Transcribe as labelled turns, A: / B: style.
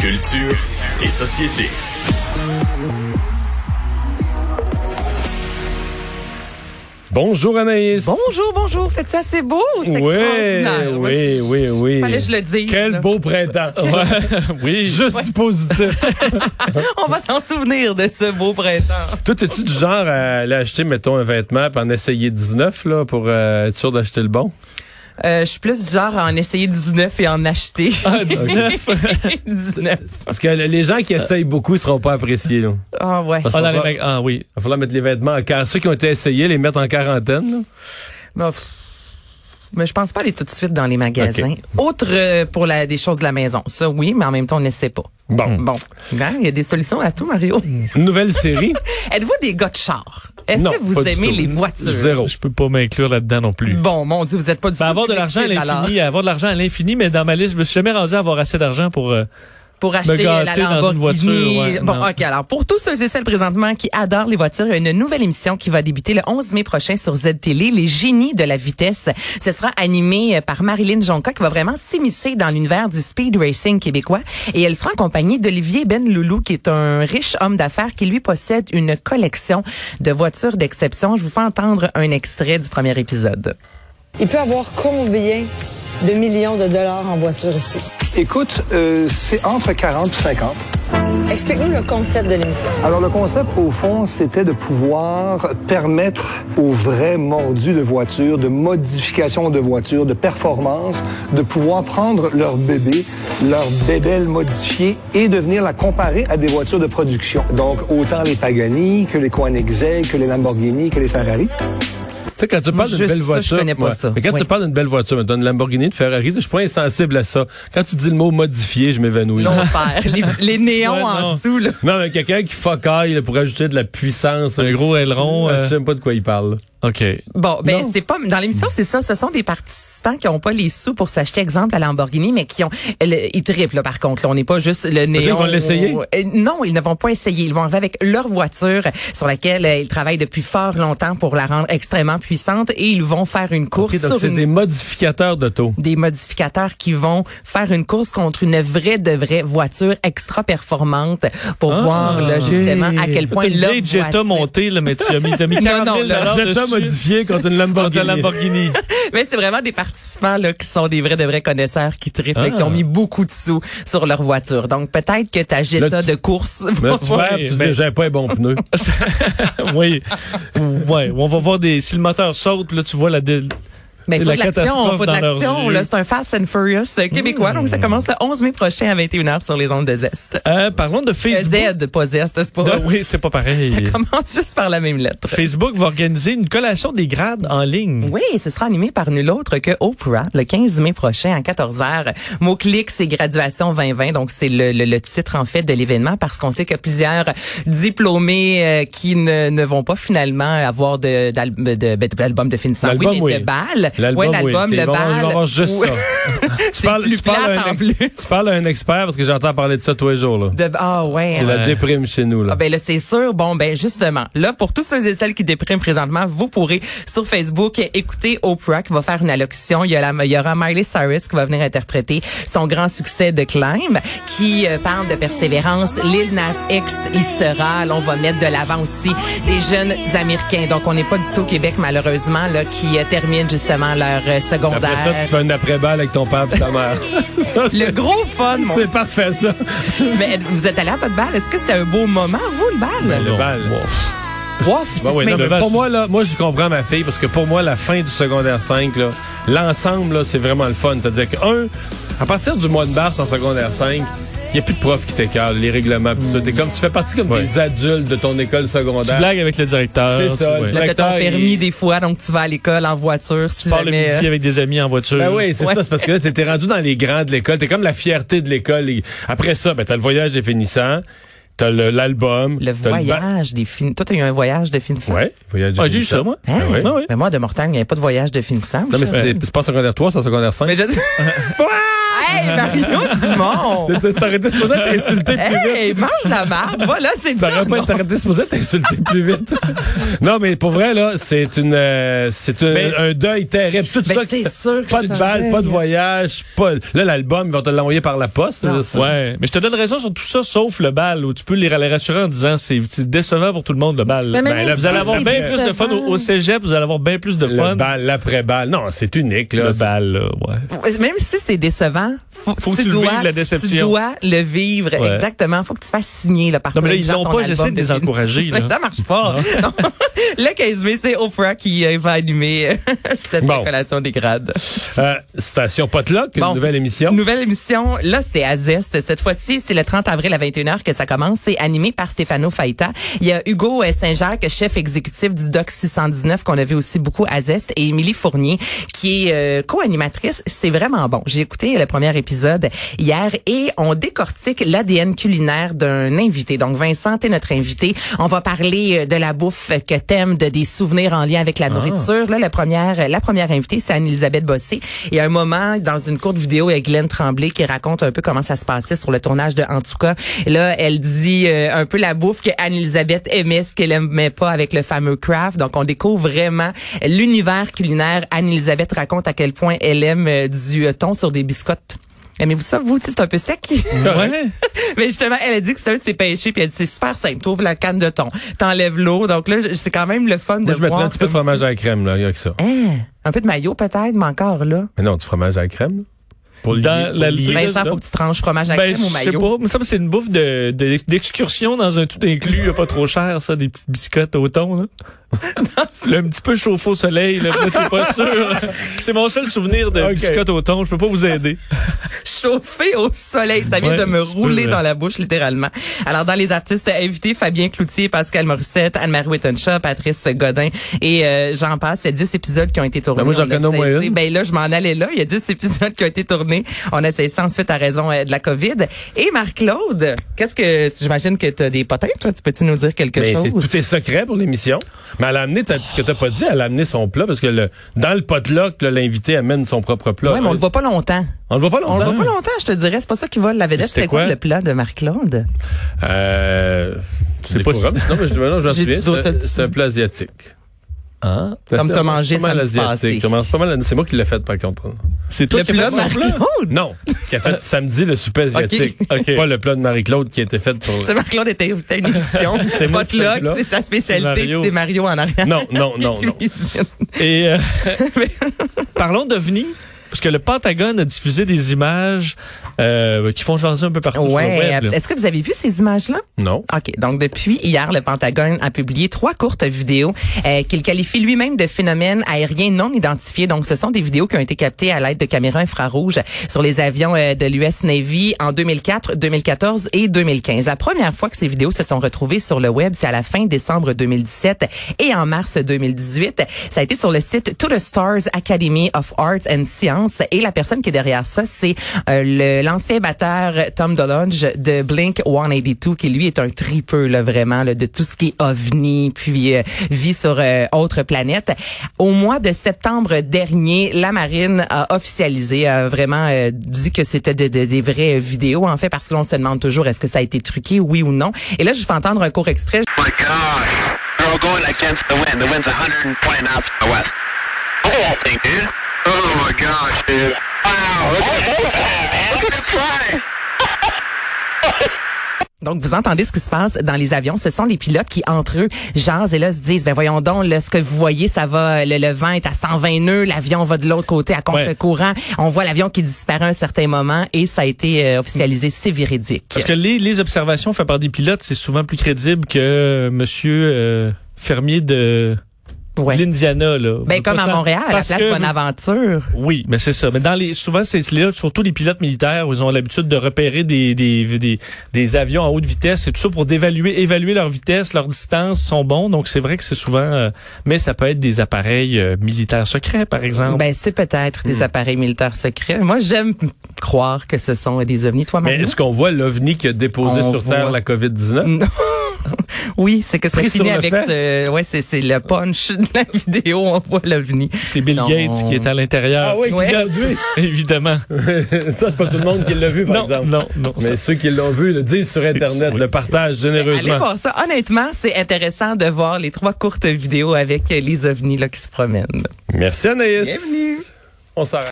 A: Culture et société.
B: Bonjour Anaïs.
C: Bonjour, bonjour. Faites ça, c'est beau. C'est
B: Oui,
C: extraordinaire. Moi,
B: oui,
C: je-
B: oui, oui.
C: Fallait que je le dise.
B: Quel
C: là.
B: beau printemps. Ouais. oui. Juste du positif.
C: On va s'en souvenir de ce beau printemps.
B: Toi, t'es-tu du genre à aller acheter, mettons, un vêtement puis en essayer 19 là, pour euh, être sûr d'acheter le bon?
C: Euh, je suis plus du genre à en essayer 19 et en acheter. Ah,
D: 19.
C: 19.
B: Parce que le- les gens qui essayent beaucoup ne seront pas appréciés. Là.
C: Ah ouais.
B: Parce
D: Ah,
B: qu'on
D: dans les
B: va-
D: mag- ah, oui.
B: Il va falloir mettre les vêtements en quarantaine. Ceux qui ont été essayés, les mettre en quarantaine. là.
C: Bon, pff. Mais je pense pas aller tout de suite dans les magasins. Autre euh, pour la, des choses de la maison. Ça, oui, mais en même temps, on n'essaie pas.
B: Bon.
C: Bon, Hein, il y a des solutions à tout, Mario.
B: Hmm. Une nouvelle série.
C: Êtes-vous des gars de char? Est-ce
B: Hmm. Non,
C: que vous
B: pas du
C: aimez
B: tout.
C: les voitures?
B: Zéro.
D: Je peux pas m'inclure là-dedans non plus.
C: Bon, mon Dieu, vous êtes pas du
D: Ben,
C: tout
D: avoir de l'argent à
C: cultivé, alors.
D: l'infini, avoir de l'argent à l'infini, mais dans ma liste, je me suis jamais rendu à avoir assez d'argent pour. euh,
C: pour acheter euh, la
D: gâter
C: Lamborghini.
D: dans une voiture, ouais,
C: bon,
D: non.
C: OK. Alors, pour tous ceux et celles présentement qui adorent les voitures, il y a une nouvelle émission qui va débuter le 11 mai prochain sur ZTL, Les Génies de la vitesse. Ce sera animé euh, par Marilyn Jonca qui va vraiment s'immiscer dans l'univers du speed racing québécois. Et elle sera en compagnie d'Olivier Benloulou qui est un riche homme d'affaires qui lui possède une collection de voitures d'exception. Je vous fais entendre un extrait du premier épisode.
E: Il peut avoir combien de millions de dollars en voiture ici?
F: Écoute, euh, c'est entre 40 et 50.
E: Explique-nous le concept de l'émission.
F: Alors le concept, au fond, c'était de pouvoir permettre aux vrais mordus de voitures, de modifications de voitures, de performances, de pouvoir prendre leur bébé, leur bébelle modifiée et de venir la comparer à des voitures de production. Donc autant les Pagani que les Koenigsegg, que les Lamborghini, que les Ferrari.
B: Tu sais, quand tu
C: Moi,
B: parles d'une
C: juste
B: belle
C: ça,
B: voiture.
C: je connais pas
B: ouais.
C: ça.
B: Mais quand
C: Oui.
B: tu parles d'une belle voiture, mettons une Lamborghini, de Ferrari, je suis pas insensible à ça. Quand tu dis le mot modifié, je m'évanouis.
C: Long père, les, les néons
D: Ouais,
C: en
D: non.
C: dessous, là.
B: Non, mais quelqu'un qui focaille là, pour ajouter de la puissance.
D: Un gros aileron,
B: Je
D: euh,
B: sais même pas de quoi il parle.
D: OK.
C: Bon, ben
B: Non.
C: c'est pas dans l'émission, c'est ça. Ce sont des participants qui ont pas les sous pour s'acheter, exemple, la Lamborghini, mais qui ont euh, le- ils triplent là, par contre. là. on n'est pas juste le néon.
B: qu'ils vont l'essayer?
C: Euh, non, ils ne vont pas essayer. Ils vont arriver avec leur voiture sur laquelle euh, ils travaillent depuis fort longtemps pour la rendre extrêmement puissante et ils vont faire une course
B: Ok, donc
C: sur
B: c'est
C: une-
B: des modificateurs d'auto.
C: des modificateurs qui vont faire une course contre une vraie de vraie voiture extra performante pour
B: Ah,
C: voir là, justement à quel point
D: T'as une
C: leur
D: vieille Jetta
C: voiture-
D: montée, là, mais tu as mis, t'as mis
C: Non,
D: 40
C: non,
D: 000
C: la
D: dessus.
B: Jetta modifié contre une
D: Contre la
B: Lamborghini.
D: Lamborghini.
C: Mais c'est vraiment des participants là qui sont des vrais de vrais connaisseurs qui triplent,
D: Ah.
C: qui ont mis beaucoup de sous sur leur voiture. Donc peut-être que ta Jetta
B: tu-
C: de course
B: Mais
C: va-
B: tu vois, tu
D: mais-
C: ben-
B: dis, j'avais pas un bon pneu.
D: oui. Ouais. On va voir des. Si le moteur saute, là, tu vois la. dé-
C: Mais il faut
D: la
C: de l'action,
D: catastrophe
C: faut de
D: dans leurs
C: l'action.
D: yeux. Hmm.
C: là. C'est un Fast and Furious euh, québécois. Donc ça commence le 11 mai prochain à 21h sur les ondes de Zest.
D: Euh, parlons de
C: Euh,
D: Facebook.
C: Z, pas Zest, c'est pas...
D: De- oui, c'est pas pareil.
C: Ça commence juste par la même lettre.
D: Facebook va organiser une collation des grades en ligne.
C: Oui, ce sera animé par nul autre que Oprah le 15 mai prochain à 14h. Mot-clic, c'est graduation 2020, donc c'est le, le- le titre en fait de l'événement parce qu'on sait que plusieurs diplômés euh, qui ne, ne vont pas finalement avoir de, d'al- de, ben, d'album de finissant, oui,
B: L'album,
C: mais
B: oui.
C: de bal.
B: L'album,
C: ouais,
B: oui.
C: l'album,
B: C'est-
C: le
B: il va y avoir- il va y
C: bal.
B: avoir juste
C: Ou-
B: ça.
C: c'est plus
B: à
C: plate
B: un
C: en
B: ex-
C: plus.
B: tu parles à un expert parce que j'entends parler de ça tous les jours. là.
C: De- Ah ouais.
B: C'est
C: hein.
B: la déprime chez nous. Là.
C: Ah ben là, c'est sûr. Bon, ben justement, là, pour tous ceux et celles qui dépriment présentement, vous pourrez sur Facebook écouter Oprah qui va faire une allocution. Il y, a la, il y aura Miley Cyrus qui va venir interpréter son grand succès de Climb, qui euh, parle de persévérance. Lil Nas X y sera. Là, on va mettre de l'avant aussi des jeunes Américains. Donc, on n'est pas du tout au Québec, malheureusement, là, qui euh, terminent justement leur euh,
B: Après ça, tu
C: secondaire.
B: fais un après-balle avec ton père et ta mère. Ça,
C: ben. Le gros fun, mon-
B: c'est parfait, ça.
C: Mais êtes- vous êtes allé à votre balle. Est-ce que c'était un beau moment, vous, le bal?
B: Le
D: Bon,
B: bal.
D: bon.
C: Ouf, c'est
B: Bah Ben, oui,
C: ce
B: non,
C: matin.
B: mais pour moi, là, moi, je comprends ma fille, parce que pour moi, la fin du secondaire 5, là, l'ensemble, là, c'est vraiment le fun. C'est-à-dire que, un, à partir du mois de mars en secondaire 5, il n'y a plus de profs qui t'écœurent, les règlements, pis tout ça. T'es comme, tu fais partie comme des adultes de ton école
D: Tu
B: secondaire.
D: blagues avec le directeur.
B: C'est ça,
D: tu-
B: le
C: Là, t'as
D: ouais.
C: ton
B: Directeur,
C: permis
B: il-
C: des fois, donc tu vas à l'école en voiture si
D: Tu parles le
C: jamais... hein. euh,
D: midi avec des amis en voiture.
B: Ben oui, c'est
C: Ouais.
B: ça, c'est parce que là, t'es- t'es rendu dans les grands de l'école, t'es comme la fierté de l'école. Et Après ça, ben, t'as le voyage des finissants, t'as le- l'album.
C: Le
B: t'as ba-
C: voyage des finissants. Toi, t'as eu un voyage de finissant?
B: Ouais, voyage des
D: Ah, j'ai eu ça,
B: finissants.
D: moi.
C: Hein?
B: Ben oui.
D: Ah oui.
C: Mais moi, de Mortagne, il n'y avait pas de voyage de finissant.
B: Non, mais
C: je-
B: c'est c'est pas en secondaire 3, c'est en secondaire 5.
C: mais je... Hey, Mario Dumont!
B: T'aurais- T'aurais été supposé t'insulter plus vite.
C: Hey, mange la marde! Voilà, c'est
B: T'aurais
C: ça.
B: pas
C: non?
B: t'aurais été supposé t'insulter plus vite. non, mais pour vrai, là, c'est une, euh, c'est une-
D: Mais-
B: un deuil terrible. Tout
C: Ben,
B: ça.
C: c'est
B: que-
C: sûr que
B: pas
C: c'est
B: de
C: un
B: balle,
C: deuil.
B: pas de voyage, pas. Là, l'album, ils vont te l'envoyer par la poste. là, ça.
D: Ouais, mais je te donne raison sur tout ça, sauf le bal, où tu peux les, les rassurer en disant c'est c'est décevant pour tout le monde le bal. Ben,
C: Mais même
D: là,
C: si
D: vous allez avoir
C: c'est
D: bien plus de fun au,
C: décevant.
D: au cégep, vous allez avoir bien plus de fun.
B: Le bal, l'après-balle. Non, c'est unique, là.
D: Le bal, là, ouais.
C: Même si c'est décevant, faut,
D: Faut que tu le vives, la déception.
C: Tu dois le vivre,
D: Ouais.
C: exactement. Faut que tu fasses signer là, par
D: Non, mais là,
C: plein de
D: ils
C: gens
D: l'ont
C: ton
D: pas,
C: album
D: j'essaie de les
C: Vince.
D: encourager, là.
C: ça marche pas. Non. le 15 mai, c'est Oprah qui euh, va animer euh, cette
B: Bon.
C: collation des grades.
B: Euh, station Potluck, une
C: Bon.
B: nouvelle émission.
C: Nouvelle émission. Là, c'est à Zest. Cette fois-ci, c'est le 30 avril à 21h que ça commence. C'est animé par Stéphano Faita. Il y a Hugo euh, Saint-Jacques, chef exécutif du DOC 619, qu'on a vu aussi beaucoup à Zest, et Émilie Fournier, qui est euh, co-animatrice. C'est vraiment bon. J'ai écouté le premier épisode hier et on décortique l'ADN culinaire d'un invité. Donc, Vincent, t'es notre invité. On va parler euh, de la bouffe que t'aimes, de des souvenirs en lien avec la nourriture. Là, la première, la première invitée, c'est Anne-Elisabeth Bossé. Et à un moment, dans une courte vidéo, il y a Glenn Tremblay qui raconte un peu comment ça se passait sur le tournage de En tout cas. Et là, elle dit euh, un peu la bouffe que Anne-Elisabeth aimait, ce qu'elle aimait pas avec le fameux craft. Donc, on découvre vraiment l'univers culinaire. Anne-Elisabeth raconte à quel point elle aime euh, du euh, thon sur des biscottes. Aimez-vous ça, vous? Tu sais, C'est un peu sec.
D: Ouais.
C: Mais justement, elle a dit que c'est un de ses péchés, puis elle dit c'est super simple. T'ouvres la canne de thon, t'enlèves l'eau. Donc là, je- c'est quand même le fun
B: Moi,
C: de
B: je mettrais
C: voir.
B: un petit peu de
C: comme
B: fromage à la crème, là, avec ça.
C: ça. Hein? Un peu de maillot peut-être, mais encore là.
B: Mais non, du fromage à la crème. là. Pour lier-
D: Dans
B: pour
D: la-
B: lier-
D: Oui,
C: Vincent,
D: là,
C: faut que tu tranches fromage à la
D: Ben, je
C: crème ou
D: sais
C: maillot.
D: pas. Mais ça, c'est une bouffe de, de- d'excursion dans un tout inclus, pas trop cher, ça, des petites biscottes au thon, là. Là, un petit peu chauffe au soleil, là, là, t'es pas sûr. C'est mon seul souvenir de
B: Ok.
D: biscottes au thon, je peux pas vous aider.
C: Chauffé au soleil, ça vient
D: Ouais,
C: de me
D: un petit peu,
C: rouler
D: ouais.
C: dans la bouche littéralement. Alors dans les artistes invités, Fabien Cloutier, Pascal Morissette, Anne-Marie Wittenshaw, Patrice Godin et euh, j'en passe. Il y a 10 épisodes qui ont été tournés.
B: Ben, moi, j'en
C: On a
B: connais au moins
C: cessé.
B: une.
C: Ben là, je m'en allais là. Il y a 10 épisodes qui ont été tournés. On a cessé ensuite à raison euh, de la COVID. Et Marc-Claude, qu'est-ce que j'imagine que tu as des potins, toi, tu peux-tu nous dire quelque
B: Mais Ben, c'est,
C: chose?
B: tout est secret pour l'émission. Mais elle a amené, t'as dit ce que t'as pas dit, elle a amené son plat, parce que le, dans le potluck, là, l'invité amène son propre plat.
C: Ouais, mais on le voit pas longtemps.
B: On le voit pas
C: On
B: longtemps.
C: le voit pas longtemps, je te dirais. C'est pas ça qui vole la vedette.
B: C'était
C: C'est quoi
B: quoi?
C: le plat de Marc-Claude?
B: Euh, c'est pas
D: pas
B: si... Non, mais je, non, je m'en
C: J'ai
B: souviens,
C: dit d'autres
B: c'est-
C: petits-
B: c'est un plat asiatique.
D: Ah.
B: C'est
C: Comme t'as
B: pas
C: mangé
B: mal
C: samedi
B: asiatique.
C: passé.
B: Je mange pas mal- C'est moi qui l'ai fait, par contre.
D: C'est toi
C: Le
D: qui as
C: plat
D: fait
C: de
D: ça.
C: Marc-Claude?
B: Non, qui a fait samedi le souper asiatique.
D: Ok.
B: Pas le plat de Marie-Claude qui a été fait pour...
C: C'est Marc-Claude était invité à une émission.
B: C'est moi qui fais
C: Potluck,
B: le plat.
C: c'est sa
D: C'est
C: spécialité,
D: Mario.
C: puis c'est Mario en arrière.
B: Non, non, non,
C: qui
B: non.
C: cuisine.
D: Et euh, parlons d'OVNI. Parce que le Pentagone a diffusé des images euh, qui font jaser un peu partout sur le
C: Ouais.
D: web. là.
C: Est-ce que vous avez vu ces images-là?
B: Non.
C: OK. Donc, depuis hier, le Pentagone a publié trois courtes vidéos euh, qu'il qualifie lui-même de phénomènes aériens non identifiés. Donc, ce sont des vidéos qui ont été captées à l'aide de caméras infrarouges sur les avions euh, de l'US Navy en 2004, 2014 et 2015. La première fois que ces vidéos se sont retrouvées sur le web, c'est à la fin décembre 2017 et en mars 2018. Ça a été sur le site To the Stars Academy of Arts and Science. Et la personne qui est derrière ça, c'est euh, le- l'ancien batteur Tom Dolange de Blink 182, qui lui est un tripeux, là, vraiment, là, de tout ce qui est ovni, puis euh, vie sur euh, autre planète. Au mois de septembre dernier, la marine a officialisé, a vraiment euh, dit que c'était de- de- des vraies euh, vidéos, en fait, parce que l'on se demande toujours est-ce que ça a été truqué, oui ou non. Et là, je vous fais entendre un court extrait.
G: my gosh. Girl, going against the wind. The wind's 120 knots to the west. Look at that thing, dude. Oh my gosh, dude. Wow, look at that, man. Look at it fly.
C: Donc, vous entendez ce qui se passe dans les avions. Ce sont les pilotes qui, entre eux, jasent et là se disent, ben voyons donc, là, ce que vous voyez, ça va, le, le vent est à 120 nœuds, l'avion va de l'autre côté à contre-courant. On voit l'avion qui disparaît à un certain moment et ça a été euh, officialisé, c'est véridique.
D: Mm. Parce que les, les observations faites par des pilotes, c'est souvent plus crédible que euh, Monsieur euh, Fermier de
C: Ouais.
D: l'Indiana. Là.
C: Ben, comme
D: Pas
C: à
D: ça.
C: Montréal, à la
D: Parce
C: place
D: que-
C: Bonaventure.
D: Oui, mais c'est ça. Mais dans les souvent c'est les- surtout les pilotes militaires, où ils ont l'habitude de repérer des des, des des avions à haute vitesse et tout ça pour d'évaluer évaluer leur vitesse, leur distance, sont bons. Donc c'est vrai que c'est souvent euh, mais ça peut être des appareils euh, militaires secrets par exemple.
C: Ben, c'est peut-être
D: Mm.
C: des appareils militaires secrets. Moi, j'aime croire que ce sont des ovnis, toi,
B: Mais
C: Mario?
B: est-ce qu'on voit l'OVNI qui a déposé
C: On
B: sur
C: voit. Mm.
B: Terre la COVID-19?
C: Non. Oui, c'est que ça
B: Pris
C: finit
B: sur le
C: avec
B: fait.
C: ce. Ouais, c'est c'est le punch de la vidéo. On voit l'OVNI.
D: C'est Bill
C: Non.
D: Gates qui est à l'intérieur.
B: Ah oui,
C: Ouais.
B: qui l'a vu.
D: Évidemment.
B: ça, c'est pas tout le monde qui l'a vu, par
D: Non,
B: exemple.
D: non, non,
B: Mais
D: ça-
B: ceux qui l'ont vu le disent sur Internet, le partagent
C: Allez
B: généreusement.
C: voir ça. Honnêtement, c'est intéressant de voir les trois courtes vidéos avec euh, les ovnis là, qui se promènent.
B: Merci Anaïs.
C: Bienvenue.
B: On s'arrête.